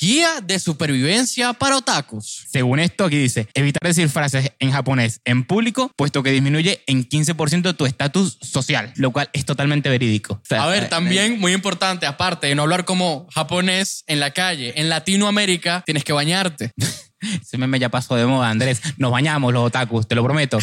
Guía de supervivencia para otakus. Según esto, aquí dice, evitar decir frases en japonés en público, puesto que disminuye en 15% tu estatus social, lo cual es totalmente verídico. O sea, A eh, ver, también muy importante, aparte de no hablar como japonés en la calle, en Latinoamérica tienes que bañarte. eh, Ese meme ya pasó de moda, Andrés. Nos bañamos los otakus, te lo prometo.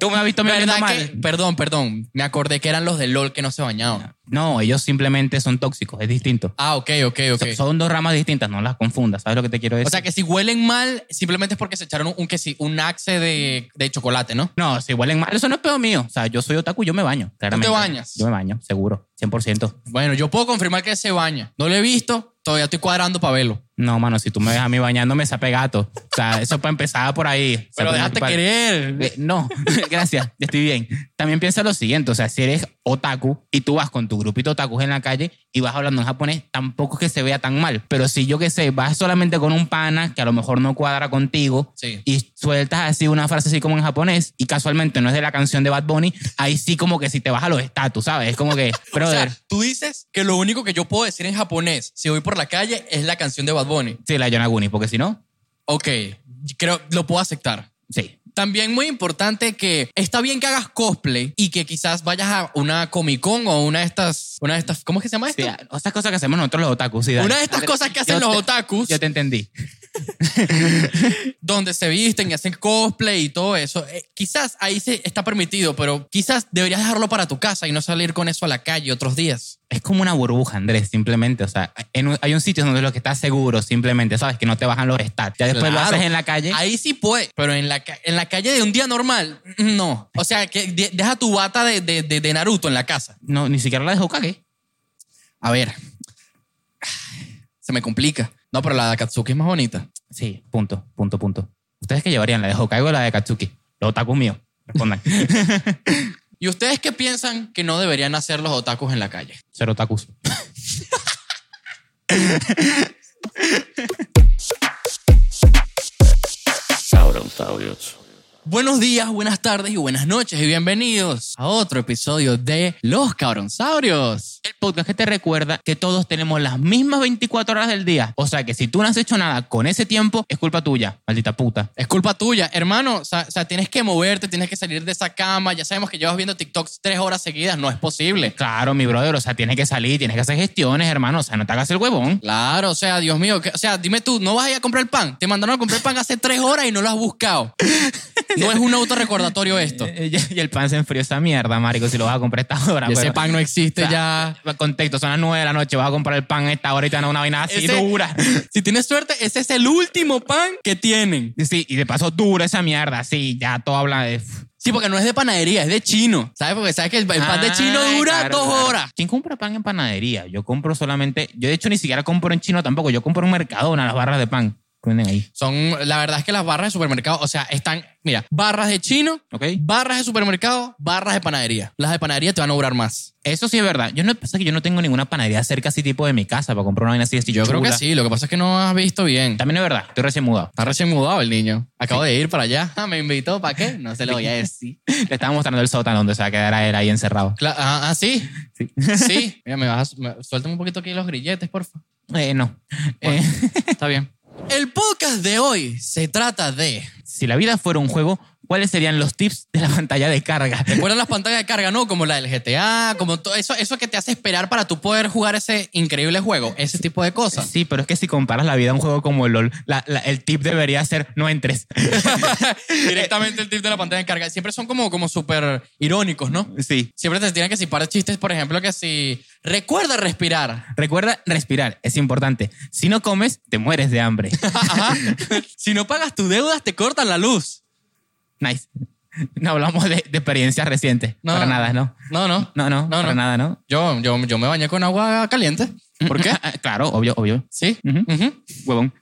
Tú me has visto me ¿Verdad bañando que- mal. perdón, perdón, me acordé que eran los de LOL que no se bañaban. No, ellos simplemente son tóxicos, es distinto. Ah, ok, ok, ok. So- Son dos ramas distintas, no las confundas, ¿sabes lo que te quiero decir? O sea que si huelen mal, simplemente es porque se echaron un, un que sí, un axe de, de chocolate, ¿no? No, si huelen mal, eso no es pedo mío. O sea, yo soy otaku, yo me baño. claramente. bañas? Yo me baño, seguro, 100%. Bueno, yo puedo confirmar que se baña. No lo he visto, todavía estoy cuadrando para verlo. No, mano, si tú me ves a mí bañándome, sape gato. O sea, eso para empezar por ahí. O sea, Pero para- déjate para- querer. Eh, no, gracias, ya estoy bien. También piensa lo siguiente, o sea, si eres otaku y tú vas con tu grupito otaku en la calle y vas hablando en japonés, tampoco es que se vea tan mal. Pero si yo que sé, vas solamente con un pana que a lo mejor no cuadra contigo Sí. y sueltas así una frase así como en japonés y casualmente no es de la canción de Bad Bunny, ahí sí como que si te vas a los estatus, ¿sabes? Es como que, O brother, sea, tú dices que lo único que yo puedo decir en japonés si voy por la calle es la canción de Bad Bunny. sí, la Yonaguni, porque si no, Ok, creo, lo puedo aceptar. sí. También muy importante que está bien que hagas cosplay y que quizás vayas a una Comic Con o una de estas, una de estas, ¿cómo es que se llama Sí, esto? estas cosas que hacemos nosotros los otakus. sí, dale. Una de estas cosas que hacen Yo los te- otakus, Yo te entendí. donde se visten y hacen cosplay y todo eso, eh, quizás ahí se está permitido, pero quizás deberías dejarlo para tu casa y no salir con eso a la calle otros días. es como una burbuja, Andrés, simplemente. O sea, en un- hay un sitio donde lo que estás seguro, simplemente, ¿sabes? Que no te bajan los stats. Ya después lo Claro. haces en la calle. Ahí sí puede, pero en la, ca- en la calle de un día normal, mm, no. O sea, que de- deja tu bata de, de- de- de Naruto en la casa. No, ni siquiera la de Hokage. A ver, se me complica. No, pero la de Akatsuki es más bonita. Sí, punto, punto, punto. ¿Ustedes qué llevarían? ¿La de Hokage o la de Katsuki? Los otakus míos. Respondan. ¿Y ustedes qué piensan que no deberían hacer los otakus en la calle? Ser otakus. Buenos días, buenas tardes y buenas noches y bienvenidos a otro episodio de Los Cabronsaurios. El podcast que te recuerda que todos tenemos las mismas 24 horas del día. O sea que si tú no has hecho nada con ese tiempo, es culpa tuya, maldita puta. Es culpa tuya, hermano. O sea, o sea, tienes que moverte, tienes que salir de esa cama. Ya sabemos que llevas viendo TikToks tres horas seguidas, no es posible. Claro, mi brother, o sea, tienes que salir, tienes que hacer gestiones, hermano. O sea, no te hagas el huevón. Claro, o sea, Dios mío, que- o sea, dime tú, ¿no vas a ir a comprar el pan? Te mandaron a comprar el pan hace tres horas y no lo has buscado. No es un autorrecordatorio esto. Eh, Y y el pan se enfrió esa mierda, marico, si lo vas a comprar a esta hora. Y ese pero- pan no existe o ya. sea, Contexto, son las 9 de la noche, vas a comprar el pan a esta hora y te dan una vaina así Ese- dura. Si tienes suerte, ese es el último pan que tienen. Y Sí, y de paso dura esa mierda, así, ya todo habla de... Sí, porque no es de panadería, es de chino. ¿Sabes? Porque sabes que el, el pan de chino Ay, dura claro, dos claro. horas. ¿Quién compra pan en panadería? Yo compro solamente... Yo de hecho ni siquiera compro en chino tampoco, yo compro en Mercadona las barras de pan que venden ahí. Son, la verdad es que las barras de supermercado, o sea, están, mira, barras de chino, ¿Ok? barras de supermercado, barras de panadería. Las de panadería te van a durar más. Eso sí es verdad. Yo no pasa que yo no tengo ninguna panadería cerca así tipo de mi casa para comprar una vaina así. así Yo creo chula. que sí, lo que pasa es que no has visto bien. También es verdad. Estoy recién mudado. Está recién mudado el niño. Acabo de ir para allá. Ah, Me invitó, ¿para qué? No se lo voy a decir. Le estaba mostrando el sótano donde se va a quedar a él ahí encerrado. Cla- ah, ah, sí. Sí. Sí. Mira, me vas a, me- suéltame un poquito aquí los grilletes, porfa. Eh, no. Eh, Bueno, está bien. El podcast de hoy se trata de. si la vida fuera un juego, ¿cuáles serían los tips de la pantalla de carga? ¿Recuerdan las pantallas de carga, no? Como la del GTA, como todo eso, eso que te hace esperar para tú poder jugar ese increíble juego, ese tipo de cosas. Sí, pero es que si comparas la vida a un juego como el LOL, la- la- el tip debería ser no entres. Directamente el tip de la pantalla de carga. Siempre son como, como súper irónicos, ¿no? Sí. Siempre te tiran que si paras chistes, por ejemplo, que si recuerda respirar. Recuerda respirar, es importante. Si no comes, te mueres de hambre. Ajá. si no pagas tus deudas, te cortan la luz. Nice. No hablamos de, de experiencias recientes. No. Para nada, ¿no? No, no. No, no, No, para no. nada, ¿no? Yo, yo, yo me bañé con agua caliente. ¿Por qué? claro, obvio, obvio. Sí. Ujú. Ujú. Huevón.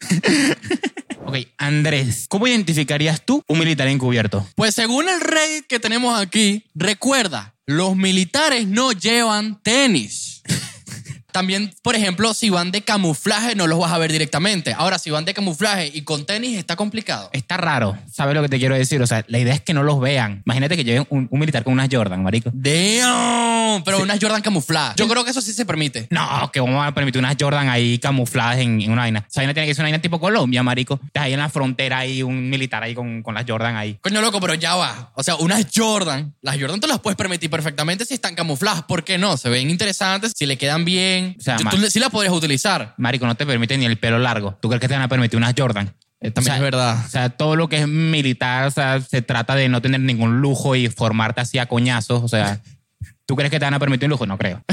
ok, Andrés, ¿cómo identificarías tú un militar encubierto? Pues según el rey que tenemos aquí, recuerda, los militares no llevan tenis. También, por ejemplo, si van de camuflaje, no los vas a ver directamente. Ahora, si van de camuflaje y con tenis, está complicado. Está raro, ¿sabes lo que te quiero decir? O sea, la idea es que no los vean. Imagínate que lleven un, un militar con unas Jordan, marico. Damn, pero unas Jordan camufladas. Yo creo que eso sí se permite. No, que vamos a permitir unas Jordan ahí camufladas en, en una vaina. Esa vaina tiene que ser una vaina tipo Colombia, marico. Estás ahí en la frontera ahí, un militar ahí con, con las Jordan ahí. Coño loco, pero ya va. O sea, unas Jordan, las Jordan te las puedes permitir perfectamente si están camufladas. ¿Por qué no? Se ven interesantes, si le quedan bien. O sea, Tú- ma- tú le- sí las podrías utilizar. Marico, no te permiten ni el pelo largo. ¿Tú crees que te van a permitir unas Jordan? Eh, O También sea, es verdad. O sea, todo lo que es militar, o sea, se trata de no tener ningún lujo y formarte así a coñazos. O sea, ¿tú crees que te van a permitir un lujo? No creo.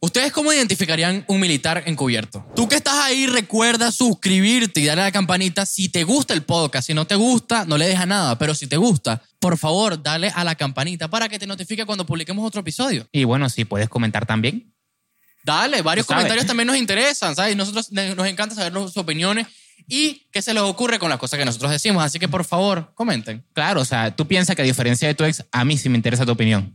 ¿Ustedes cómo identificarían un militar encubierto? Tú que estás ahí, recuerda suscribirte y darle a la campanita si te gusta el podcast. Si no te gusta, no le deja nada. Pero si te gusta, por favor, dale a la campanita para que te notifique cuando publiquemos otro episodio. Y bueno, sí, puedes comentar también. Dale, varios Tú sabes. comentarios también nos interesan, ¿sabes? Nosotros ne- nos encanta saber sus opiniones y qué se les ocurre con las cosas que nosotros decimos. Así que, por favor, comenten. Claro, o sea, tú piensas que a diferencia de tu ex, a mí sí me interesa tu opinión.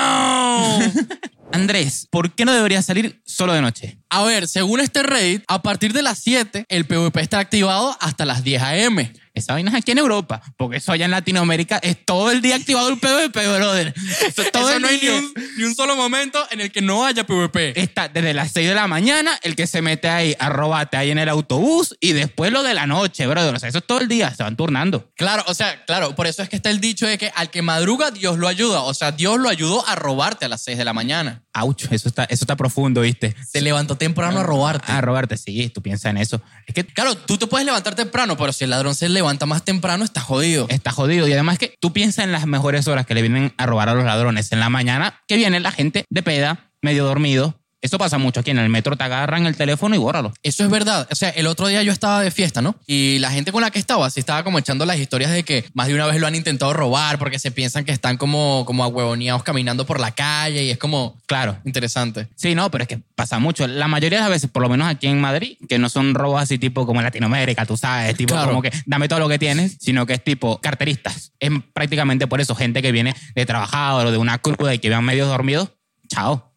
¡Damn! Andrés, ¿por qué no deberías salir solo de noche? A ver, según este Reddit, a partir de las 7, el PvP está activado hasta las 10 a.m. Esa vaina es aquí en Europa, porque eso allá en Latinoamérica es todo el día activado el PvP, brother. Eso es todo Eso el no hay ni día. un, ni un solo momento en el que no haya PvP. Está desde las 6 de la mañana, el que se mete ahí a robarte ahí en el autobús y después lo de la noche, brother. O sea, eso es todo el día, se van turnando. Claro, o sea, claro, por eso es que está el dicho de que al que madruga Dios lo ayuda. O sea, Dios lo ayudó a robarte a las 6 de la mañana. Auch, eso está, eso está profundo, ¿viste? Se levantó temprano a robarte. A robarte, sí, tú piensas en eso. Es que Claro, tú te puedes levantar temprano, pero si el ladrón se levanta más temprano, está jodido. está jodido. Y además que tú piensas en las mejores horas que le vienen a robar a los ladrones. En la mañana que viene la gente de peda, medio dormido. Eso pasa mucho aquí en el metro, te agarran el teléfono y bórralo. Eso es verdad. O sea, el otro día yo estaba de fiesta, ¿no? Y la gente con la que estaba, sí estaba como echando las historias de que más de una vez lo han intentado robar porque se piensan que están como, como ahuevoneados caminando por la calle y es como Claro. interesante. Sí, no, pero es que pasa mucho. La mayoría de las veces, por lo menos aquí en Madrid, que no son robos así tipo como en Latinoamérica, tú sabes, tipo Claro. como que dame todo lo que tienes, sino que es tipo carteristas. Es prácticamente por eso gente que viene de trabajador o de una cruda y que vean medio dormidos, chao,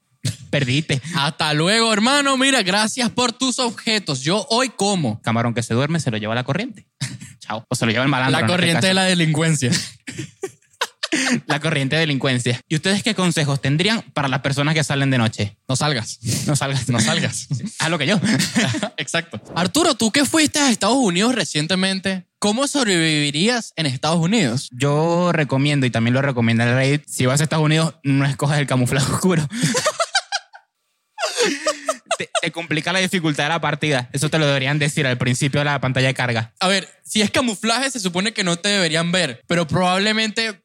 perdiste. Hasta luego, hermano. Mira, gracias por tus objetos. Yo hoy como. Camarón que se duerme se lo lleva la corriente. Chao. O se lo lleva el malandro. La en este corriente de caso. la delincuencia. la corriente de delincuencia. ¿Y ustedes qué consejos tendrían para las personas que salen de noche? No salgas. No salgas. No salgas. Haz lo que yo. Exacto. Arturo, tú que fuiste a Estados Unidos recientemente, ¿cómo sobrevivirías en Estados Unidos? Yo recomiendo, y también lo recomienda el Reddit, si vas a Estados Unidos, no escojas el camuflaje oscuro. te, te complica la dificultad de la partida. Eso te lo deberían decir al principio de la pantalla de carga. A ver, si es camuflaje, se supone que no te deberían ver, pero probablemente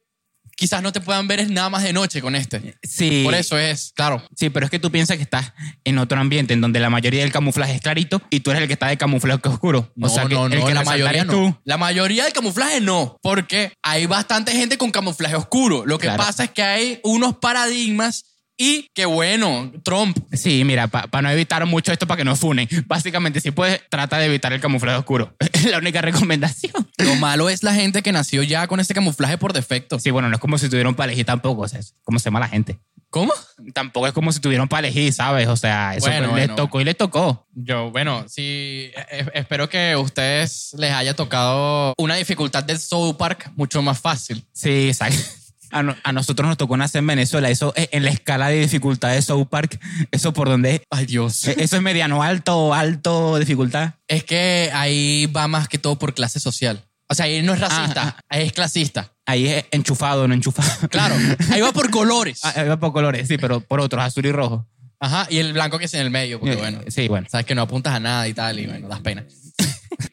quizás no te puedan ver es nada más de noche con este. Sí. Por eso es, claro. Sí, pero es que tú piensas que estás en otro ambiente en donde la mayoría del camuflaje es clarito y tú eres el que está de camuflaje oscuro. No, o sea, que no, el no, que la resaltar mayoría es tú. no. La mayoría del camuflaje no, porque hay bastante gente con camuflaje oscuro. Lo que Claro. pasa es que hay unos paradigmas y que bueno, Trump. Sí, mira, para no evitar mucho esto, para que no funen. Básicamente, si puedes, trata de evitar el camuflaje oscuro. Es la única recomendación. Lo malo es la gente que nació ya con este camuflaje por defecto. Sí, bueno, no es como si tuvieron para elegir tampoco, o sea, es como se llama la gente. ¿Cómo? Tampoco es como si tuvieron para elegir, ¿sabes? O sea, eso Bueno, pues, les bueno, tocó y les tocó. Yo, bueno, sí, e- espero que a ustedes les haya tocado una dificultad del South Park mucho más fácil. Sí, exacto. A, no- a nosotros nos tocó nacer en Venezuela. Eso eh, en la escala de dificultad de South Park, eso por donde es. Ay, Dios. Eh, Eso es mediano, alto, alto dificultad. Es que ahí va más que todo por clase social. O sea, ahí no es Ah. racista, ahí es clasista. Ahí es enchufado, no enchufado. Claro, ahí va por colores. Ah, Ahí va por colores, sí, pero por otros, azul y rojo. Ajá, y el blanco que es en el medio, porque Eh, bueno, Sí, bueno. sabes que no apuntas a nada y tal, y bueno, das pena.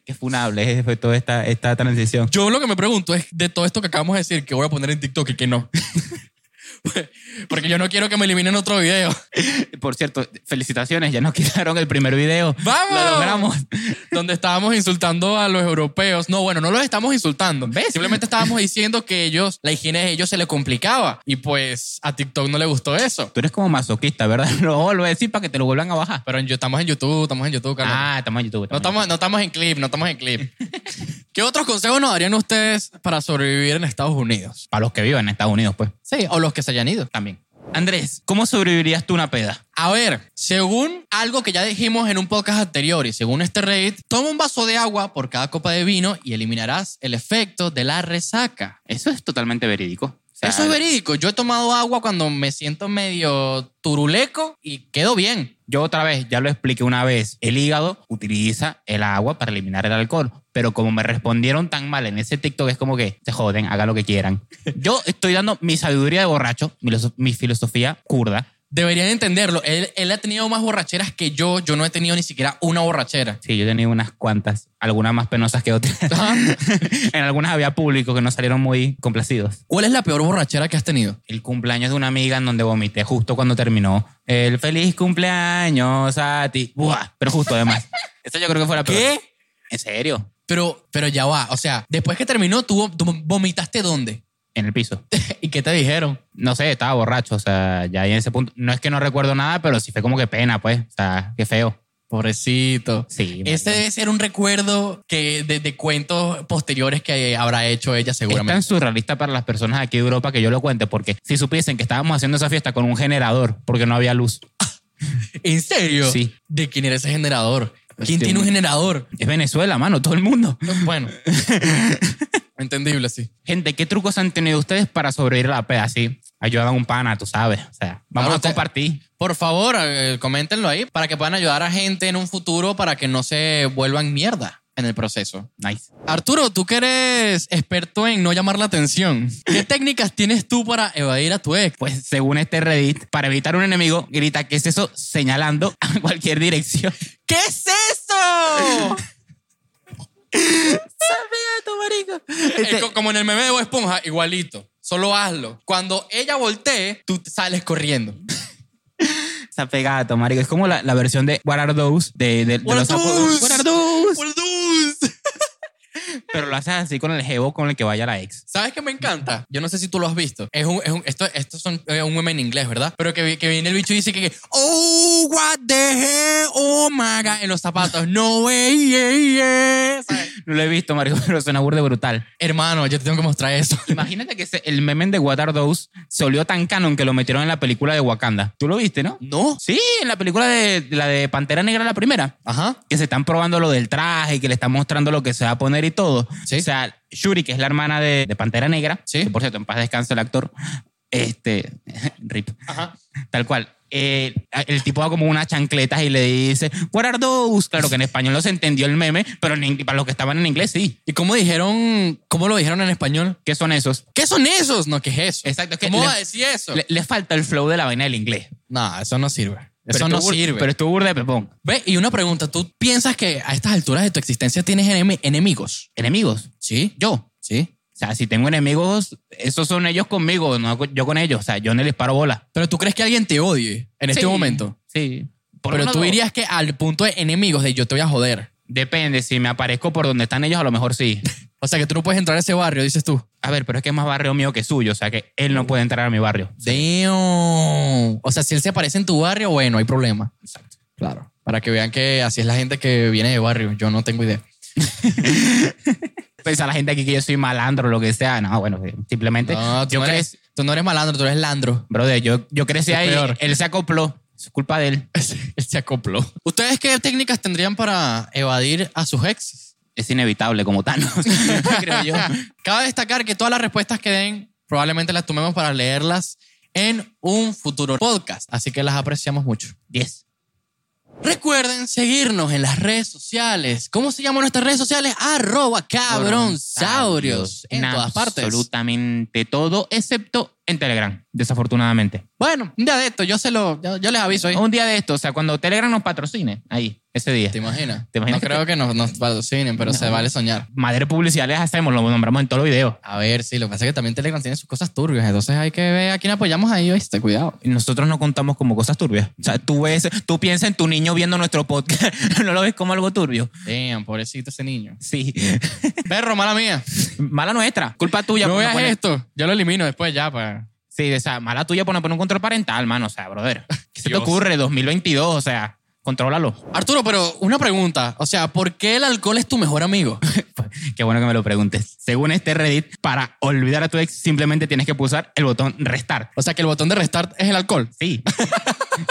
Qué funable es- fue toda esta, esta transición. Yo lo que me pregunto es de todo esto que acabamos de decir, que voy a poner en TikTok y que no. Porque yo no quiero que me eliminen otro video. Por cierto, felicitaciones, ya nos quitaron el primer video. ¡Vamos! Lo logramos. Donde estábamos insultando a los europeos. No, bueno, no los estamos insultando. ¿Ves? Simplemente estábamos diciendo que ellos, la higiene de ellos se le complicaba. Y pues a TikTok no le gustó eso. Tú eres como masoquista, ¿verdad? Lo vuelvo a decir para que te lo vuelvan a bajar. Pero en- estamos en YouTube, estamos en YouTube, Carlos. Ah, estamos en YouTube. no, estamos, no estamos en clip, no estamos en clip. ¿Qué otros consejos nos darían ustedes para sobrevivir en Estados Unidos? Para los que viven en Estados Unidos, pues, Sí, o los que se hayan ido. también. Andrés, ¿cómo sobrevivirías tú una peda? A ver, según algo que ya dijimos en un podcast anterior y según este Reddit, toma un vaso de agua por cada copa de vino y eliminarás el efecto de la resaca. Eso es totalmente verídico. O sea, Eso es verídico. Yo he tomado agua cuando me siento medio turuleco y quedo bien. Yo otra vez, ya lo expliqué una vez, el hígado utiliza el agua para eliminar el alcohol, pero como me respondieron tan mal en ese TikTok es como que se joden, hagan lo que quieran. Yo estoy dando mi sabiduría de borracho, mi, loso- mi filosofía kurda. Deberían entenderlo. Él, él ha tenido más borracheras que yo. Yo no he tenido ni siquiera una borrachera. Sí, yo he tenido unas cuantas, algunas más penosas que otras. Ajá. en algunas había público que no salieron muy complacidos. ¿Cuál es la peor borrachera que has tenido? El cumpleaños de una amiga en donde vomité justo cuando terminó. El feliz cumpleaños a ti. Buah, pero justo además. Eso yo creo que fue la peor. ¿En serio? Pero, pero ya va. O sea, después que terminó, ¿tú, tú vomitaste dónde? En el piso. ¿Y qué te dijeron? no sé, estaba borracho, o sea, ya ahí en ese punto, no es que no recuerdo nada, pero sí fue como que pena, pues, o sea, qué feo. Pobrecito. Sí. Ese marica. debe ser un recuerdo que de, de cuentos posteriores que habrá hecho ella es tan seguramente. surrealista para las personas aquí de Europa que yo lo cuente, porque si supiesen que estábamos haciendo esa fiesta con un generador, porque no había luz, ¿En serio? Pues Sí. ¿De quién era ese generador? ¿Quién Este, tiene un generador? es Venezuela, mano, todo el mundo. Bueno. Entendible, sí. Gente, ¿qué trucos han tenido ustedes para sobrevivir a la peda? Sí, ayudan a un pana, tú sabes, o sea, vamos Claro, a te- compartir. Por favor, eh, coméntenlo ahí para que puedan ayudar a gente en un futuro para que no se vuelvan mierda en el proceso. Nice. Arturo, tú que eres experto en no llamar la atención, ¿qué técnicas tienes tú para evadir a tu ex? Pues según este Reddit, para evitar un enemigo, grita, ¿qué es eso? Señalando a cualquier dirección. ¿Qué es eso? Este- Es Eh, co- como en el meme de Bob Esponja, igualito. Solo hazlo. Cuando ella voltee, tú te sales corriendo. Esa pegada, marico. Es como la, la versión de What Are Those de, de, de What los are apodos. those? What Are Those. ¡Volduus! Pero lo haces así con el jevo con el que vaya la ex. ¿Sabes qué me encanta? Yo no sé si tú lo has visto. Es un, es un- esto, esto son, es un meme en inglés, ¿verdad? Pero que, vi- que viene el bicho y dice que, que, Oh, what the hell? Oh, my God. En los zapatos. No way, yeah, yeah. ¿Sabes? No lo he visto, marico, pero suena burde brutal. Hermano, yo te tengo que mostrar eso. Imagínate que ese- el meme de What Are Those se olió tan canon que lo metieron en la película de Wakanda. ¿Tú lo viste, no? ¿No? Sí, en la película de de la de Pantera Negra, la primera. Ajá. que se están probando lo del traje, que le están mostrando lo que se va a poner y todo. Sí. O sea, Shuri, que es la hermana de, de Pantera Negra, Sí. que por cierto, en paz descanse el actor, este, Rip, Ajá. tal cual. Eh, el tipo da como unas chancletas y le dice, What are those? Claro que en español no se entendió el meme, pero en ing- para los que estaban en inglés sí. ¿Y cómo dijeron, cómo lo dijeron en español? ¿Qué son esos? ¿Qué son esos? No, ¿qué es eso? Exacto, es que ¿Cómo le- va a decir eso? Le, le falta el flow de la vaina del inglés. No, eso no sirve. Pero Eso no estuvo bur- sirve. Pero estuvo burda de pepón. Ve, y una pregunta, ¿tú piensas que a estas alturas de tu existencia tienes enemi- enemigos? Enemigos. Sí, Yo. sí. O sea, si tengo enemigos, esos son ellos conmigo, no con- yo con ellos. O sea, yo no les paro bola. Pero tú crees que alguien te odie en este Sí, momento. Sí. Por Pero uno, tú dos. dirías que al punto de enemigos de yo te voy a joder. Depende, si me aparezco por donde están ellos, a lo mejor sí. O sea que tú no puedes entrar a ese barrio, dices tú. A ver, pero es que es más barrio mío que suyo, o sea que él no puede entrar a mi barrio. Damn. O sea, si él se aparece en tu barrio, bueno, hay problema. Exacto. Claro. Para que vean que así es la gente que viene de barrio. Yo no tengo idea. Pensar la gente aquí que yo soy malandro o lo que sea. No, bueno, eh, simplemente No, tú, yo no crecí, eres, tú no eres malandro, tú eres landro. brother, yo, yo crecí Es ahí, peor. él se acopló, es culpa de él. él se acopló. ¿Ustedes qué técnicas tendrían para evadir a sus exes? Es inevitable como Thanos, creo yo. Cabe destacar que todas las respuestas que den probablemente las tomemos para leerlas en un futuro podcast, así que las apreciamos mucho. 10. Recuerden seguirnos en las redes sociales. ¿Cómo se llaman nuestras redes sociales? Arroba cabronsaurios en todas partes. Absolutamente todo, excepto en Telegram, desafortunadamente. Bueno, un día de esto, yo se lo, yo, yo les aviso ahí. Un día de esto, o sea, cuando Telegram nos patrocine, ahí, ese día. Oh, ¿Te imaginas? ¿Te imaginas No que creo que nos, nos patrocinen, pero se vale soñar. Madre publicidad les hacemos, lo nombramos en todos los videos. A ver, sí, lo que pasa es que también Telegram tiene sus cosas turbias, entonces hay que ver a quién apoyamos ahí, oíste, cuidado. nosotros no contamos como cosas turbias. O sea, tú ves, tú piensas en tu niño viendo nuestro podcast, no lo ves como algo turbio. Damn, pobrecito ese niño. Sí. Perro, mala mía. pues, Mala nuestra, culpa tuya. no por veas poner- esto. Yo lo elimino después ya. Para... Sí, o sea, mala tuya por no poner un control parental, mano. O sea, brother. ¿Qué se te Dios. ocurre 2022? O sea, contrólalo. Arturo, pero una pregunta. O sea, ¿por qué el alcohol es tu mejor amigo? Qué bueno que me lo preguntes. Según este Reddit, para olvidar a tu ex simplemente tienes que pulsar el botón restart. O sea, que el botón de restart es el alcohol. Sí.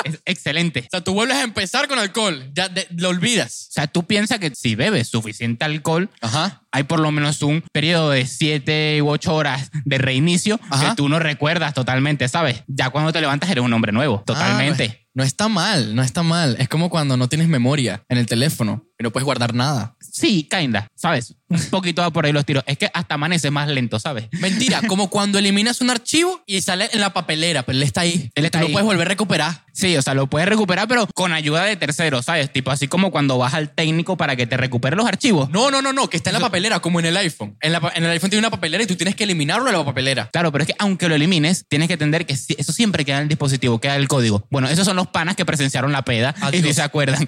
es excelente. O sea, tú vuelves a empezar con alcohol. Ya de- lo olvidas. Ah, O sea, tú piensas que si bebes suficiente alcohol, Ajá. hay por lo menos un periodo de 7 u 8 horas de reinicio Ajá. que tú no recuerdas totalmente, ¿sabes? Ya cuando te levantas eres un hombre nuevo, Ah, totalmente. no, no está mal, no está mal. Es como cuando no tienes memoria en el teléfono y no puedes guardar nada. Sí, kinda, ¿sabes? Un poquito va por ahí los tiros. Es que hasta amanece más lento, ¿sabes? Mentira, como cuando eliminas un archivo y sale en la papelera, pero él está ahí. Él está Tú ahí. lo puedes volver a recuperar. Sí, o sea, lo puedes recuperar, pero con ayuda de terceros, ¿sabes? Tipo así como cuando vas al técnico para que te recupere los archivos. No, no, no, no, que está en la papelera, como en el iPhone. En, la pa- en el iPhone tiene una papelera y tú tienes que eliminarlo de la papelera. Claro, pero es que aunque lo elimines, tienes que entender que sí- eso siempre queda en el dispositivo, queda en el código. Bueno, esos son los panas que presenciaron la peda y Adiós. si se acuerdan.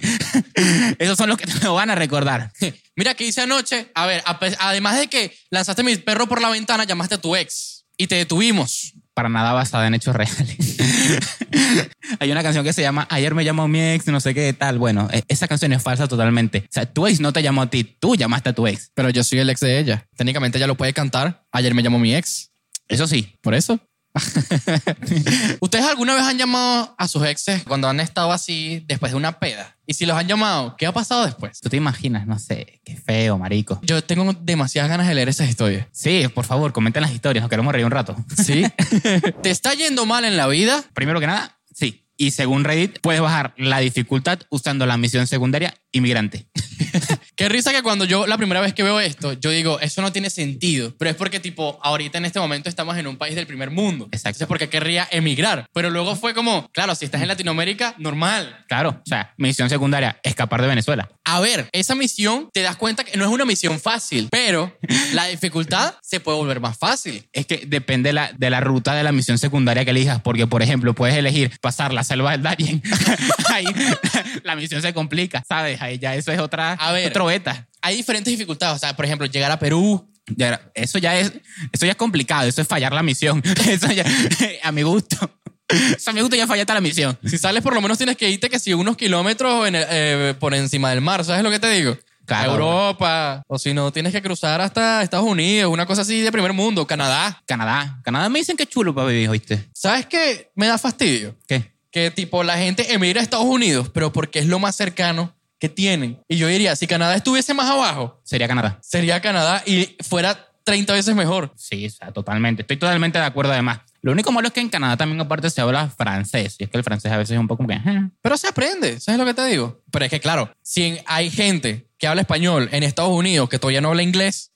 esos son los que te lo van a recordar. Mira, que hice anoche? A ver, a pe- además de que lanzaste a mi perro por la ventana, llamaste a tu ex y te detuvimos. Para nada basada en hechos reales. Hay una canción que se llama Ayer me llamó mi ex, no sé qué tal. Bueno, e- esa canción es falsa totalmente. O sea, tu ex no te llamó a ti, tú llamaste a tu ex. Pero yo soy el ex de ella. Técnicamente ella lo puede cantar. Ayer me llamó mi ex. Eso sí, Por eso. ¿Ustedes alguna vez han llamado a sus exes cuando han estado así después de una peda? Y si los han llamado, ¿qué ha pasado después? tú te imaginas, no sé, qué feo, marico. Yo tengo demasiadas ganas de leer esas historias. Sí, por favor, comenten las historias, nos queremos reír un rato. ¿Sí? ¿Te está yendo mal en la vida? Primero que nada, sí. Y según Reddit, puedes bajar la dificultad usando la misión secundaria inmigrante. Qué risa que cuando yo la primera vez que veo esto, yo digo, eso no tiene sentido. Pero es porque, tipo, ahorita en este momento estamos en un país del primer mundo. Exacto. Entonces, ¿por qué querría emigrar? Pero luego fue como, claro, si estás en Latinoamérica, normal. Claro, o sea, misión secundaria, escapar de Venezuela. A ver, esa misión te das cuenta que no es una misión fácil, pero la dificultad se puede volver más fácil. Es que depende la, de la ruta de la misión secundaria que elijas, porque, por ejemplo, puedes elegir pasar la selva del Darien. Ahí la misión se complica, ¿sabes? Ahí ya eso es otra, A ver. otro beta. Hay diferentes dificultades, o sea, por ejemplo, llegar a Perú. Ya era- eso, ya es, eso ya es complicado, eso es fallar la misión. Eso ya, a mi gusto. Eso a mi gusto ya fallaste la misión. Si sales, por lo menos tienes que irte que si unos kilómetros en el- eh, por encima del mar, ¿sabes lo que te digo? Claro. A Europa, o si no, tienes que cruzar hasta Estados Unidos, una cosa así de primer mundo, Canadá. Canadá. Canadá me dicen que es chulo para vivir, ¿oíste? ¿Sabes qué me da fastidio? ¿Qué? Que tipo la gente emigra a Estados Unidos, pero porque es lo más cercano que tienen. Y yo diría, si Canadá estuviese más abajo, Sería Canadá. sería Canadá y fuera 30 veces mejor. Sí, o sea, totalmente. Estoy totalmente de acuerdo además. Lo único malo es que en Canadá también aparte se habla francés. Y es que el francés a veces es un poco como que... "Ah, "Ajá". Pero se aprende, ¿sabes lo que te digo? Pero es que, claro, si hay gente que habla español en Estados Unidos que todavía no habla inglés,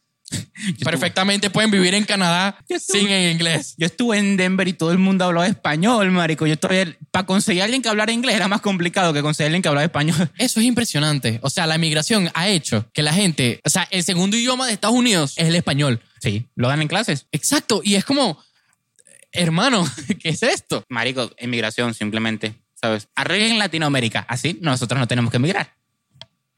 perfectamente pueden vivir en Canadá Yo estuve- sin el inglés. Yo estuve en Denver y todo el mundo hablaba español, marico. Yo todavía... Para conseguir a alguien que hablara inglés era más complicado que conseguir a alguien que hablara español. Eso es impresionante. O sea, la migración ha hecho que la gente, o sea, el segundo idioma de Estados Unidos es el español. Sí, lo dan en clases. Exacto. Y es como, hermano, ¿qué es esto? Marico, inmigración simplemente, ¿sabes? Arreglen Latinoamérica. Así nosotros no tenemos que emigrar.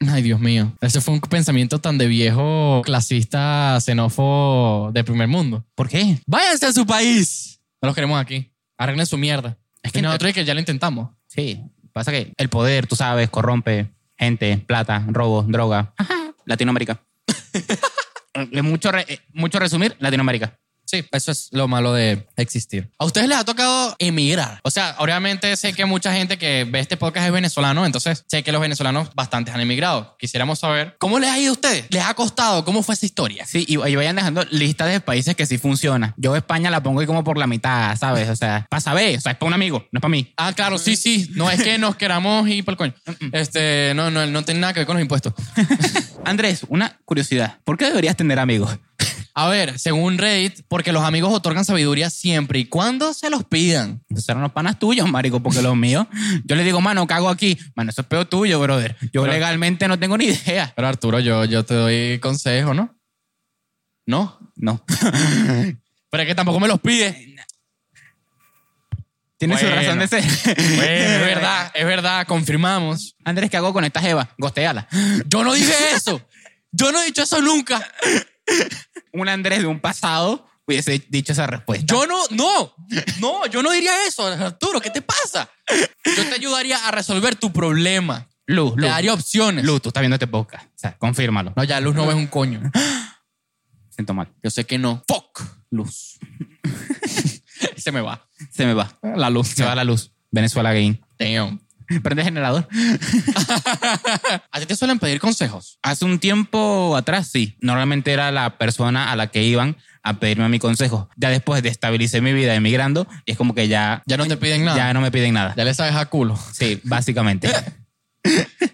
Ay, Dios mío. Ese fue un pensamiento tan de viejo clasista, xenófobo de primer mundo. ¿Por qué? Váyanse a su país. No los queremos aquí. Arreglen su mierda. Es Es que que no- nosotros es que ya lo intentamos. Sí, pasa que el poder, tú sabes, corrompe gente, plata, robo, droga. Latinoamérica. Eh, mucho, re- eh, mucho resumir, Latinoamérica. Sí, eso es lo malo de existir. ¿A ustedes les ha tocado emigrar? O sea, obviamente sé que mucha gente que ve este podcast es venezolano, entonces sé que los venezolanos bastantes han emigrado. Quisiéramos saber cómo les ha ido a ustedes. ¿Les ha costado? ¿Cómo fue esa historia? Sí, y, y vayan dejando listas de países que sí funciona. Yo España la pongo ahí como por la mitad, ¿sabes? O sea, para saber, o sea, es para un amigo, no es para mí. Ah, claro, sí, sí. No es que nos queramos ir por el coño. Este, no, no, no tiene nada que ver con los impuestos. Andrés, una curiosidad. ¿Por qué deberías tener amigos? A ver, según Reddit, porque los amigos otorgan sabiduría siempre y cuando se los pidan. Esos eran los panas tuyos, marico, porque los míos. Yo le digo, mano, cago aquí. Mano, eso es peor tuyo, brother. Yo Pero- legalmente no tengo ni idea. Pero Arturo, yo, yo te doy consejo, ¿no? No. No. Pero es que tampoco me los pide. Tiene su Bueno. razón de ser. es verdad, es verdad, confirmamos. Andrés, ¿qué hago con esta jeva? Gosteala. Yo no dije eso. Yo no he dicho eso nunca. Un Andrés de un pasado hubiese dicho esa respuesta. Yo no, no, no, yo no diría eso, Arturo, ¿qué te pasa? Yo te ayudaría a resolver tu problema. Luz, Te Luz. daría opciones. Luz, tú estás viendo este podcast. O sea, confírmalo. No, ya Luz no ves un coño. Siento mal. Yo sé que no. Fuck. Luz. Se me va. Se me va. La luz. Se va la luz. Venezuela Game. Damn. Prende el generador. ¿A ti te suelen pedir consejos? Hace un tiempo atrás, sí. Normalmente era la persona a la que iban a pedirme mi consejo. Ya después destabilicé mi vida emigrando y es como que ya, Ya no te piden nada. ya no me piden nada. Ya le sabes a culo. Sí, básicamente.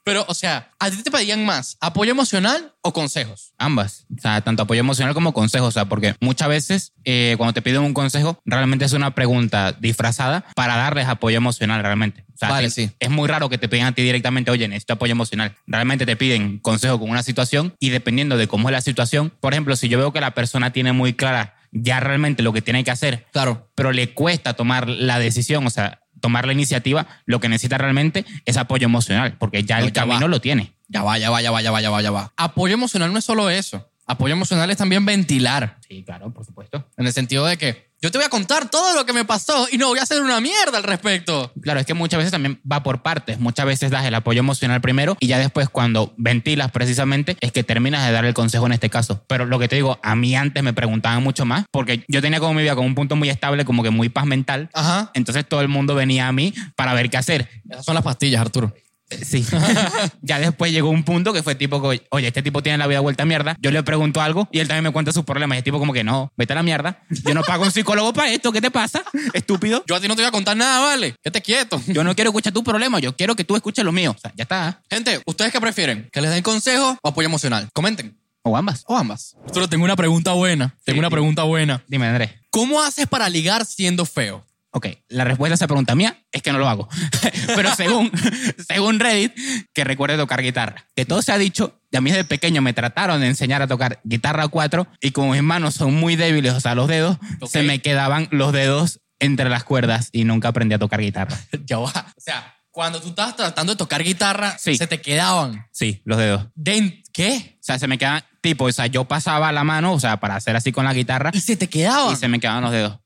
Pero, o sea, ¿a ti te pedían más apoyo emocional o consejos? Ambas. O sea, tanto apoyo emocional como consejo. O sea, porque muchas veces eh, cuando te piden un consejo, realmente es una pregunta disfrazada para darles apoyo emocional realmente. O sea, Vale, es, sí. es muy raro que te pidan a ti directamente, oye, necesito apoyo emocional. Realmente te piden consejo con una situación y dependiendo de cómo es la situación, por ejemplo, si yo veo que la persona tiene muy clara ya realmente lo que tiene que hacer, Claro. pero le cuesta tomar la decisión, o sea, tomar la iniciativa, lo que necesita realmente es apoyo emocional, porque ya No, el ya va. camino lo tiene. Ya va, ya va, ya va, ya va, ya va, ya va. Apoyo emocional no es solo eso. Apoyo emocional es también ventilar. Sí, claro, por supuesto. En el sentido de que yo te voy a contar todo lo que me pasó y no voy a hacer una mierda al respecto. Claro, es que muchas veces también va por partes. Muchas veces das el apoyo emocional primero y ya después cuando ventilas precisamente es que terminas de dar el consejo en este caso. Pero lo que te digo, a mí antes me preguntaban mucho más porque yo tenía como mi vida con un punto muy estable, como que muy paz mental. Ajá. Entonces todo el mundo venía a mí para ver qué hacer. Esas son las pastillas, Arturo. Eh, Sí. ya después llegó un punto que fue tipo, que, oye, este tipo tiene la vida vuelta a mierda. Yo le pregunto algo y él también me cuenta sus problemas. Y el tipo como que, no, vete a la mierda. Yo no pago un psicólogo para esto. ¿Qué te pasa? Estúpido. Yo a ti no te voy a contar nada, ¿vale? Quédate quieto. Yo no quiero escuchar tus problemas, yo quiero que tú escuches los míos. O sea, ya está. Gente, ¿ustedes qué prefieren? ¿Que les den consejos o apoyo emocional? Comenten. O ambas. O ambas. Arturo, tengo una pregunta buena. Tengo Sí, una sí. pregunta buena. Dime, Andrés. ¿Cómo haces para ligar siendo feo? Ok, la respuesta a esa pregunta mía es que no lo hago. Pero según, según Reddit, que recuerde tocar guitarra. Que todo se ha dicho, y a mí desde pequeño me trataron de enseñar a tocar guitarra a cuatro y como mis manos son muy débiles, o sea, los dedos, Ok. se me quedaban los dedos entre las cuerdas y nunca aprendí a tocar guitarra. ya va. O sea, cuando tú estabas tratando de tocar guitarra, Sí. se te quedaban. Sí, los dedos. O Den ¿Qué? sea, se me quedaban, tipo, o sea, yo pasaba la mano, o sea, para hacer así con la guitarra Y se te quedaban. y se me quedaban los dedos.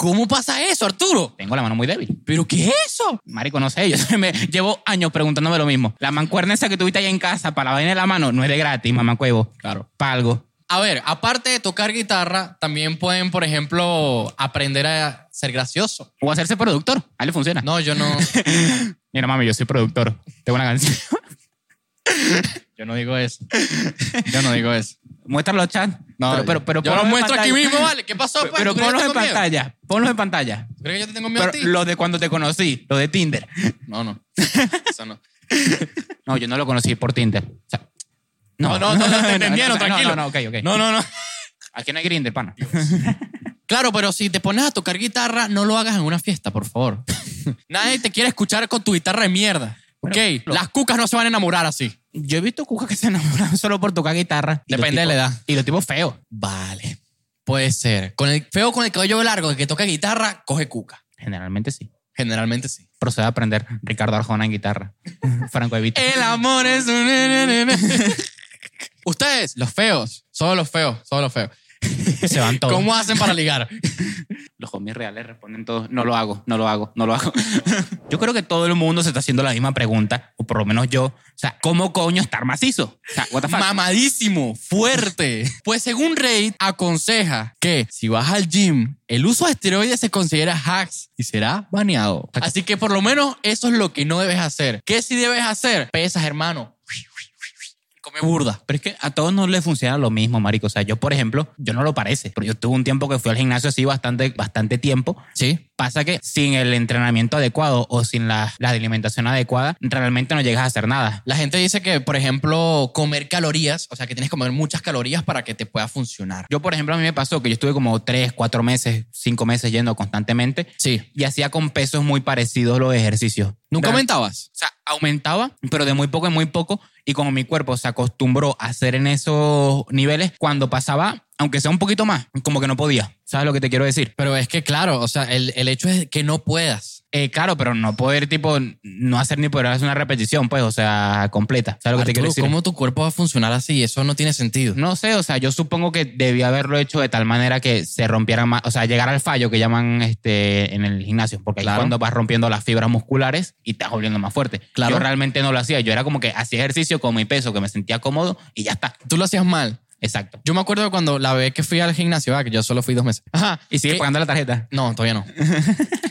¿Cómo pasa eso, Arturo? Tengo la mano muy débil. ¿Pero qué es eso? Marico, no sé, yo me llevo años preguntándome lo mismo. La mancuerna esa que tuviste allá en casa para la vaina de la mano no es de gratis, mamá cuevo. Claro. Para algo. A ver, aparte de tocar guitarra, también pueden, por ejemplo, aprender a ser gracioso. O hacerse productor. A él le funciona. No, yo no. Mira, mami, yo soy productor. Tengo una canción. Yo no digo eso. Yo no digo eso. Muéstralo, chat. No, pero, pero, pero yo lo ponlos en muestro aquí pantalla. mismo, ¿vale? ¿Qué pasó? Pues? Pero ¿Tú crees que ponlos en tengo miedo? pantalla. Ponlos en pantalla. ¿Tú crees que yo te tengo miedo Pero a ti? los de cuando te conocí, los de Tinder. No, no. Eso no. No, yo no lo conocí por Tinder. O sea, No, no, no, no, te entendieron, tranquilo. No, no, ok, ok. No, no, no. Aquí no hay Grinder, pana. Claro, pero si te pones a tocar guitarra, no lo hagas en una fiesta, por favor. Nadie te quiere escuchar con tu guitarra de mierda. Ok, Bueno, lo- las cucas no se van a enamorar así. Yo he visto cucas que se enamoran solo por tocar guitarra. Y los Depende de la tipos- edad. Y los tipos feos. Vale, puede ser. Con el feo con el cabello largo el que toca guitarra, coge cuca. Generalmente sí. Generalmente sí. Procede a aprender Ricardo Arjona en guitarra. Franco Evita. El amor es un... Ustedes, los feos, solo los feos, solo los feos. Se van todos. ¿Cómo hacen para ligar? Los homies reales responden todos, no lo hago, no lo hago, no lo hago. yo creo que todo el mundo se está haciendo la misma pregunta, o por lo menos yo. O sea, ¿cómo coño estar macizo? O sea, what the fuck? Mamadísimo, fuerte. Pues según Reid aconseja que si vas al gym, el uso de esteroides se considera hacks y será baneado. Así que por lo menos eso es lo que no debes hacer. ¿Qué sí debes hacer? Pesas, hermano. Come burda. Pero es que a todos no les funciona lo mismo, marico. O sea, yo, por ejemplo, yo no lo parece, pero yo tuve un tiempo que fui al gimnasio así bastante, bastante tiempo Sí. Pasa que sin el entrenamiento adecuado o sin la, la alimentación adecuada, realmente no llegas a hacer nada. La gente dice que, por ejemplo, comer calorías, o sea, que tienes que comer muchas calorías para que te pueda funcionar. Yo, por ejemplo, a mí me pasó que yo estuve como tres, cuatro meses, cinco meses yendo constantemente Sí. y hacía con pesos muy parecidos los ejercicios. ¿Nunca Real- aumentabas? O sea, aumentaba, pero de muy poco en muy poco. Y como mi cuerpo se acostumbró a hacer en esos niveles, cuando pasaba aunque sea un poquito más, como que no podía. ¿Sabes lo que te quiero decir? Pero es que, claro, o sea, el, el hecho es que no puedas. Eh, claro, pero no poder, tipo, no hacer ni poder hacer una repetición, pues, o sea, completa. ¿Sabes lo que te quiero Arturo, decir? ¿Cómo tu cuerpo va a funcionar así? Eso no tiene sentido. No sé, o sea, yo supongo que debía haberlo hecho de tal manera que se rompiera más, o sea, llegar al fallo que llaman este, en el gimnasio, porque ahí es Claro. cuando vas rompiendo las fibras musculares y te vas volviendo más fuerte. Claro. Yo realmente no lo hacía, yo era como que hacía ejercicio con mi peso, que me sentía cómodo y ya está. Tú lo hacías mal. Exacto. Yo me acuerdo cuando la vez que fui al gimnasio, ah, que yo solo fui dos meses. Ajá. Y sigue que- pagando la tarjeta. No, todavía no.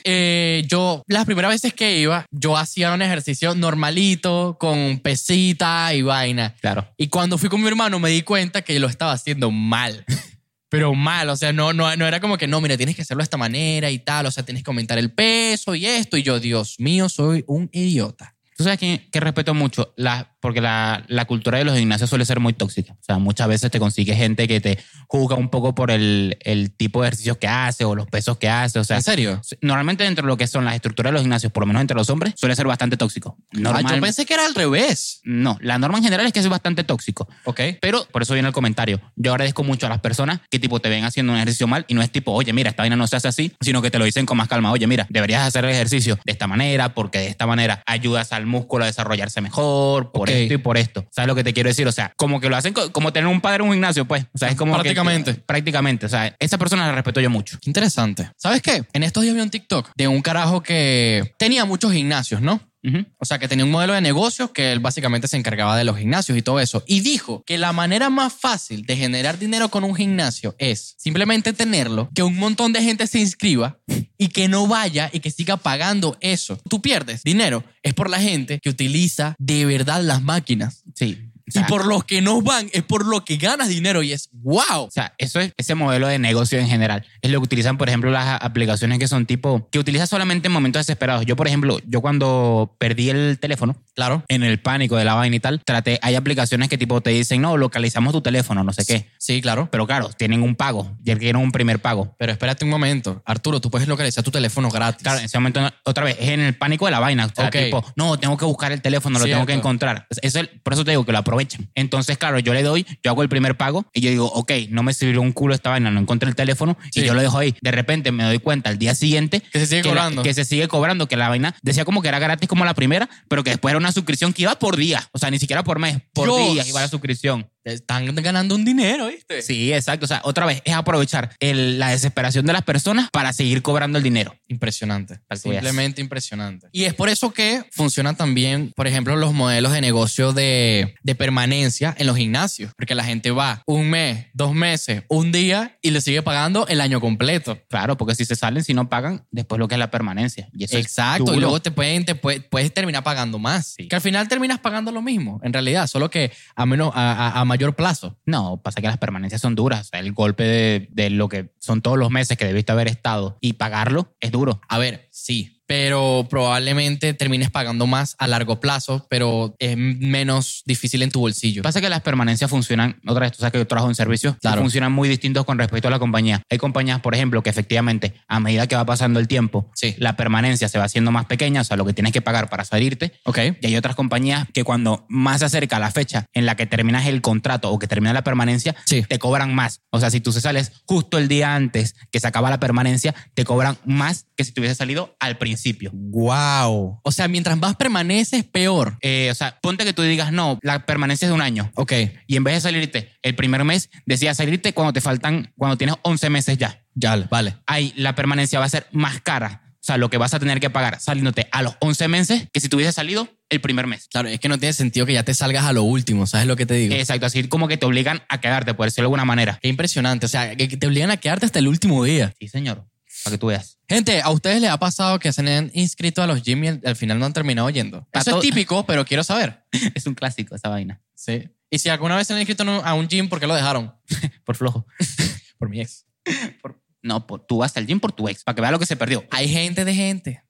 Eh, yo, las primeras veces que iba, yo hacía un ejercicio normalito, con pesita y vaina. Claro. Y cuando fui con mi hermano me di cuenta que lo estaba haciendo mal. Pero mal, o sea, no, no, no era como que no, mira, tienes que hacerlo de esta manera y tal, o sea, tienes que aumentar el peso y esto. Y yo, Dios mío, soy un idiota. Ah, Tú sabes que, que respeto mucho, la, porque la, la cultura de los gimnasios suele ser muy tóxica. O sea, muchas veces te consigue gente que te juzga un poco por el, el tipo de ejercicios que hace o los pesos que hace. O sea, ¿En serio? normalmente dentro de lo que son las estructuras de los gimnasios, por lo menos entre los hombres, suele ser bastante tóxico. Ah, Normal, yo pensé que era al revés. No, la norma en general es que es bastante tóxico. Ok. Pero por eso viene el comentario. Yo agradezco mucho a las personas que tipo te ven haciendo un ejercicio mal y no es tipo, oye, mira, esta vaina no se hace así, sino que te lo dicen con más calma. Oye, mira, deberías hacer el ejercicio de esta manera porque de esta manera ayudas al músculo a desarrollarse mejor, por Ok. esto y por esto. ¿Sabes lo que te quiero decir? O sea, como que lo hacen co- como tener un padre en un gimnasio, pues. O sea, es como que- Prácticamente. prácticamente. O sea, esa persona la respeto yo mucho. Qué interesante. ¿Sabes qué? En estos días vi un TikTok de un carajo que tenía muchos gimnasios, ¿no? Ujú. O sea, que tenía un modelo de negocios que él básicamente se encargaba de los gimnasios y todo eso. Y dijo que la manera más fácil de generar dinero con un gimnasio es simplemente tenerlo, que un montón de gente se inscriba y que no vaya y que siga pagando eso. Tú pierdes dinero. Es por la gente que utiliza de verdad las máquinas. Sí. O Y sea, por los que no van, es por lo que ganas dinero y es wow. O sea, eso es ese modelo de negocio en general. Es lo que utilizan, por ejemplo, las a- aplicaciones que son tipo, que utilizas solamente en momentos desesperados. Yo, por ejemplo, yo cuando perdí el teléfono, Claro. en el pánico de la vaina y tal, traté, hay aplicaciones que tipo te dicen, no, localizamos tu teléfono, no sé qué. Sí, claro. Pero claro, tienen un pago, ya que era un primer pago. Pero espérate un momento. Arturo, tú puedes localizar tu teléfono gratis. Claro, en ese momento, no- otra vez, es en el pánico de la vaina. O sea, Ok. tipo, no, tengo que buscar el teléfono, lo tengo que Cierto. encontrar. Eso, es- por eso te digo que lo aprovechan. Entonces, claro, yo le doy, yo hago el primer pago y yo digo, ok, no me sirvió un culo esta vaina, no encontré el teléfono y Sí. yo lo dejo ahí. De repente me doy cuenta al día siguiente Que se sigue la- cobrando. que se sigue cobrando, que la vaina decía como que era gratis como la primera, pero que después era una suscripción que iba por día, o sea, ni siquiera por mes, por Dios. día iba la suscripción. Están ganando un dinero, ¿viste? Sí, exacto. O sea, otra vez es aprovechar el- la desesperación de las personas para seguir cobrando el dinero. Impresionante. Para que veas. Simplemente impresionante. Y es por eso que funcionan también, por ejemplo, los modelos de negocio de, de permanencia en los gimnasios. Porque la gente va un mes, dos meses, un día y le sigue pagando el año completo. Claro, porque si se salen, si no pagan, después lo que es la permanencia. Y eso es Exacto. Y duro. luego te pueden, te puede- puedes terminar pagando más. Sí. Que al final terminas pagando lo mismo, en realidad, solo que a, menos, a, a- a mayor plazo. No, pasa que las permanencias son duras. O sea, el golpe de, de lo que son todos los meses que debiste haber estado y pagarlo es duro. A ver, sí. Pero probablemente termines pagando más a largo plazo, pero es menos difícil en tu bolsillo. Pasa que las permanencias funcionan, otra vez, tú sabes que yo trabajo en servicios, y Claro. funcionan muy distintos con respecto a la compañía. Hay compañías, por ejemplo, que efectivamente, a medida que va pasando el tiempo, Sí. la permanencia se va haciendo más pequeña, o sea, lo que tienes que pagar para salirte Ok. Y hay otras compañías que cuando más se acerca la fecha en la que terminas el contrato o que termina la permanencia, Sí. te cobran más. O sea, si tú se sales justo el día antes que se acaba la permanencia, te cobran más que si te hubiese salido al principio. Wow. O sea, mientras más permaneces, peor. Eh, o sea, ponte que tú digas, no, la permanencia es de un año. Ok. Y en vez de salirte el primer mes, decías salirte cuando te faltan, cuando tienes 11 meses ya. Ya, vale. Ahí la permanencia va a ser más cara. O sea, lo que vas a tener que pagar saliéndote a los 11 meses que si te hubiese salido el primer mes. Claro, es que no tiene sentido que ya te salgas a lo último, ¿sabes lo que te digo? Exacto, así como que te obligan a quedarte, por decirlo de alguna manera. Qué impresionante. O sea, que que te obligan a quedarte hasta el último día. Sí, señor, para que tú veas. Gente, ¿a ustedes les ha pasado que se han inscrito a los gym y al al final no han terminado yendo? A Eso to- es típico, pero quiero saber. Es un clásico esa vaina, Sí. Y si alguna vez se han inscrito en un- a un gym, ¿por qué lo dejaron? por flojo. Por mi ex. No, por- tú vas al gym por tu ex, para que veas lo que se perdió. Hay gente de gente.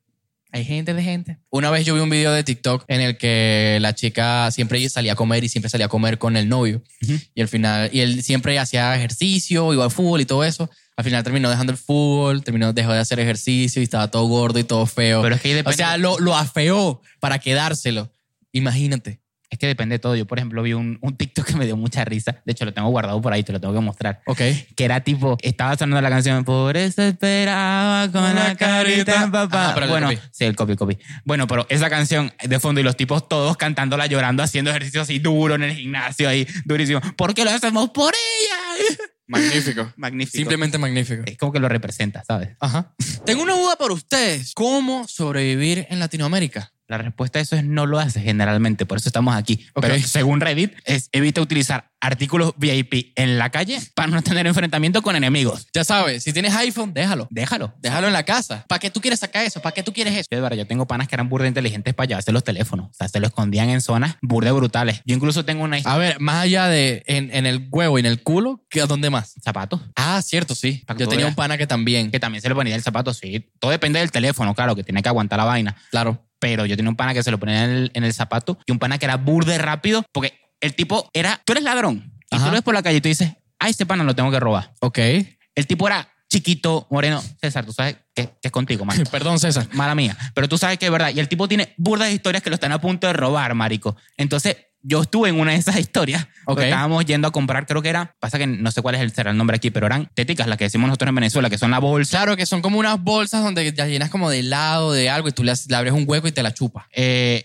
Hay gente de gente. Una vez yo vi un video de TikTok en el que la chica siempre salía a comer y siempre salía a comer con el novio. Ujú. Y al final, y él siempre hacía ejercicio, iba al fútbol y todo eso. Al final terminó dejando el fútbol, terminó, dejó de hacer ejercicio y estaba todo gordo y todo feo. Pero es que ahí o depende. sea, lo, lo afeó para quedárselo. Imagínate. Es que depende de todo. Yo, por ejemplo, vi un, un TikTok que me dio mucha risa. De hecho, lo tengo guardado por ahí, te lo tengo que mostrar. Ok. Que era tipo, estaba sonando la canción, por eso esperaba con la carita Ah, papá. pero el bueno, copy. sí, el copy, copy. Bueno, pero esa canción de fondo y los tipos todos cantándola, llorando, haciendo ejercicio así duro en el gimnasio, ahí durísimo. ¿Por qué lo hacemos por ella? Magnífico. Magnífico. Simplemente magnífico. Es como que lo representa, ¿sabes? Ajá. Eh. Tengo una duda para ustedes. ¿Cómo sobrevivir en Latinoamérica? La respuesta a eso es no lo hace generalmente, por eso estamos aquí. Ok. Pero según Reddit, es evita utilizar artículos VIP en la calle para no tener enfrentamiento con enemigos. Ya sabes, si tienes iPhone, déjalo. Déjalo. Déjalo en la casa. ¿Para qué tú quieres sacar eso? ¿Para qué tú quieres eso? Yo, de verdad, yo tengo panas que eran burda inteligentes para llevarse los teléfonos. O sea, se lo escondían en zonas burda brutales. Yo incluso tengo una A ver, más allá de en, en el huevo y en el culo, ¿qué, ¿dónde más? zapatos Ah, cierto, sí. Para que Yo tú tenía veas. un pana que también. que también se le ponía el zapato, sí. Todo depende del teléfono, claro, que tiene que aguantar la vaina. Claro. pero yo tenía un pana que se lo ponía en el, en el zapato y un pana que era burde rápido porque el tipo era, tú eres ladrón y Ajá. tú lo ves por la calle y tú dices, ay, este pana lo tengo que robar. Ok. El tipo era chiquito, moreno. César, tú sabes que, que es contigo, man. Perdón, César. Mala mía. Pero tú sabes que es verdad. Y el tipo tiene burdas historias que lo están a punto de robar, marico. Entonces, yo estuve en una de esas historias. porque Ok. Estábamos yendo a comprar, creo que era, pasa que no sé cuál es el, será el nombre aquí, pero eran teticas, las que decimos nosotros en Venezuela, que son la bolsa. Claro que son como unas bolsas donde ya llenas como de helado, de algo, y tú le, haces- le abres un hueco y te la chupas. Eh,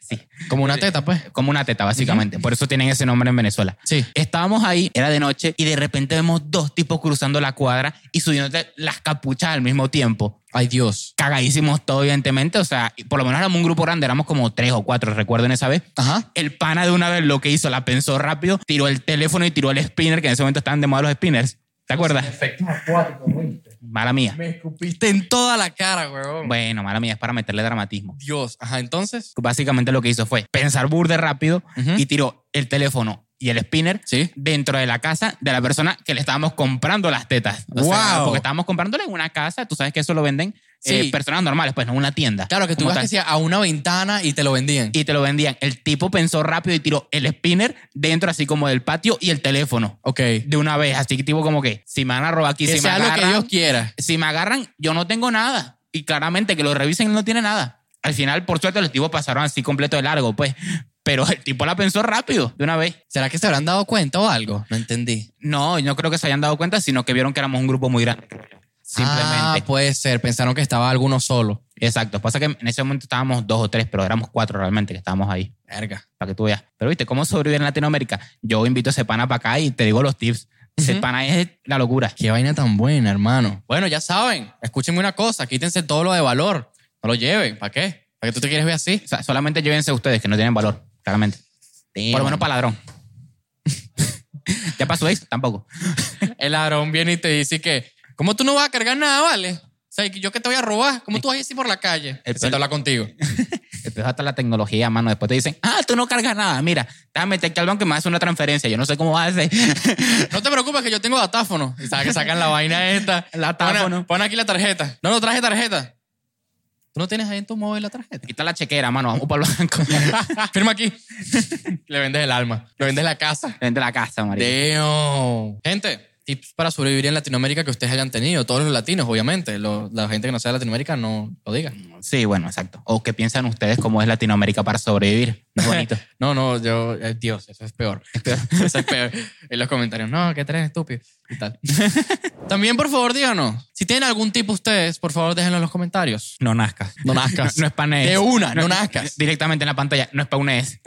sí, Eh, Como una teta, pues. como una teta, básicamente. Por eso tienen ese nombre en Venezuela. Sí. Estábamos ahí, era de noche, y de repente vemos dos tipos cruzando la cuadra y subiendo las capuchas al mismo tiempo. Ay, Dios. Cagadísimos todo, evidentemente. O sea, y por lo menos éramos un grupo grande, éramos como tres o cuatro, recuerdo en esa vez. Ajá. El pana de una vez lo que hizo, la pensó rápido, tiró el teléfono y tiró el spinner, que en ese momento estaban de moda los spinners. ¿Te acuerdas? Efectos acuáticos, güey. Mala mía. Me escupiste en toda la cara, weón. Bueno, mala mía, es para meterle dramatismo. Dios. Ajá, entonces. Básicamente lo que hizo fue pensar burde rápido Ujú. y tiró el teléfono y el spinner Sí. dentro de la casa de la persona que le estábamos comprando las tetas. O sea, Wow. porque estábamos comprándole en una casa, tú sabes que eso lo venden eh, Sí. personas normales, pues no una tienda. Claro, que tú como vas tal. que sea a una ventana y te lo vendían. Y te lo vendían. El tipo pensó rápido y tiró el spinner dentro así como del patio y el teléfono. ok. De una vez, así que tipo como que, si me van a robar aquí, Que si, me sea lo que agarran, Dios quiera. si me agarran, yo no tengo nada. Y claramente que lo revisen, él no tiene nada. Al final, por suerte, los tipos pasaron así completo de largo, pues. Pero el tipo la pensó rápido, de una vez. ¿Será que se habrán dado cuenta o algo? No entendí. No, no creo que se hayan dado cuenta, sino que vieron que éramos un grupo muy grande. Ah, Simplemente. puede ser. Pensaron que estaba alguno solo. Exacto. Pasa que en ese momento estábamos dos o tres, pero éramos cuatro realmente que estábamos ahí, Verga. para que tú veas. Pero viste, ¿cómo sobrevivir en Latinoamérica? Yo invito a ese pana para acá y te digo los tips. Ese Ujú. pana es la locura. Qué vaina tan buena, hermano. Bueno, ya saben. Escúchenme una cosa. Quítense todo lo de valor. No lo lleven. ¿Para qué? ¿Para qué tú te quieres ver así? O sea, solamente llévense ustedes que no tienen valor, claramente. Por lo menos para ladrón. ¿Ya pasó eso? Tampoco. El ladrón viene y te dice que, ¿cómo tú no vas a cargar nada, vale? O sea, yo que te voy a robar, ¿cómo tú vas a ir así por la calle? El El te pel- habla contigo. Después hasta la tecnología, mano. Después te dicen, ah, tú no cargas nada. Mira, déjame meterte al banco y me haces una transferencia. Yo no sé cómo va a hacer. No te preocupes que yo tengo datáfono. Y sabes que sacan la vaina esta. La Pon a- táfono. Pon aquí la tarjeta. No, no traje tarjeta. ¿Tú no tienes ahí en tu móvil la tarjeta? Quita la chequera, mano. Vamos para el banco. Firma aquí. Le vendes el alma. Le vendes la casa. Vente a la casa, marico. Damn. Gente, tips para sobrevivir en Latinoamérica que ustedes hayan tenido. Todos los latinos, obviamente. Lo- la gente que no sea de Latinoamérica no lo diga. Sí, bueno, exacto. O qué piensan ustedes cómo es Latinoamérica para sobrevivir. Es bonito. No, no, yo, eh, Dios, eso es peor. Eso es peor. En los comentarios, no, que tres estúpido y tal. También, por favor, díganos. Si tienen algún tipo ustedes, por favor, déjenlo en los comentarios. no nazcas. No nazcas. No, es para De una, no nazcas. Directamente en la pantalla. No es E para UNES.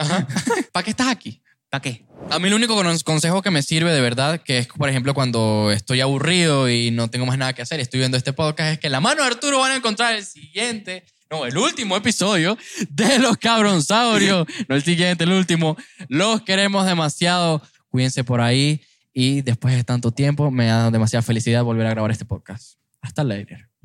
¿Para qué estás aquí? ¿Para qué? A mí el único cono- consejo que me sirve de verdad, que es, por ejemplo, cuando estoy aburrido y no tengo más nada que hacer, estoy viendo este podcast, es que en la mano de Arturo van a encontrar el siguiente, no, el último episodio de Los Cabronsaurios. No el siguiente, el último. Los queremos demasiado. Cuídense por ahí y después de tanto tiempo me da demasiada felicidad volver a grabar este podcast. Hasta later.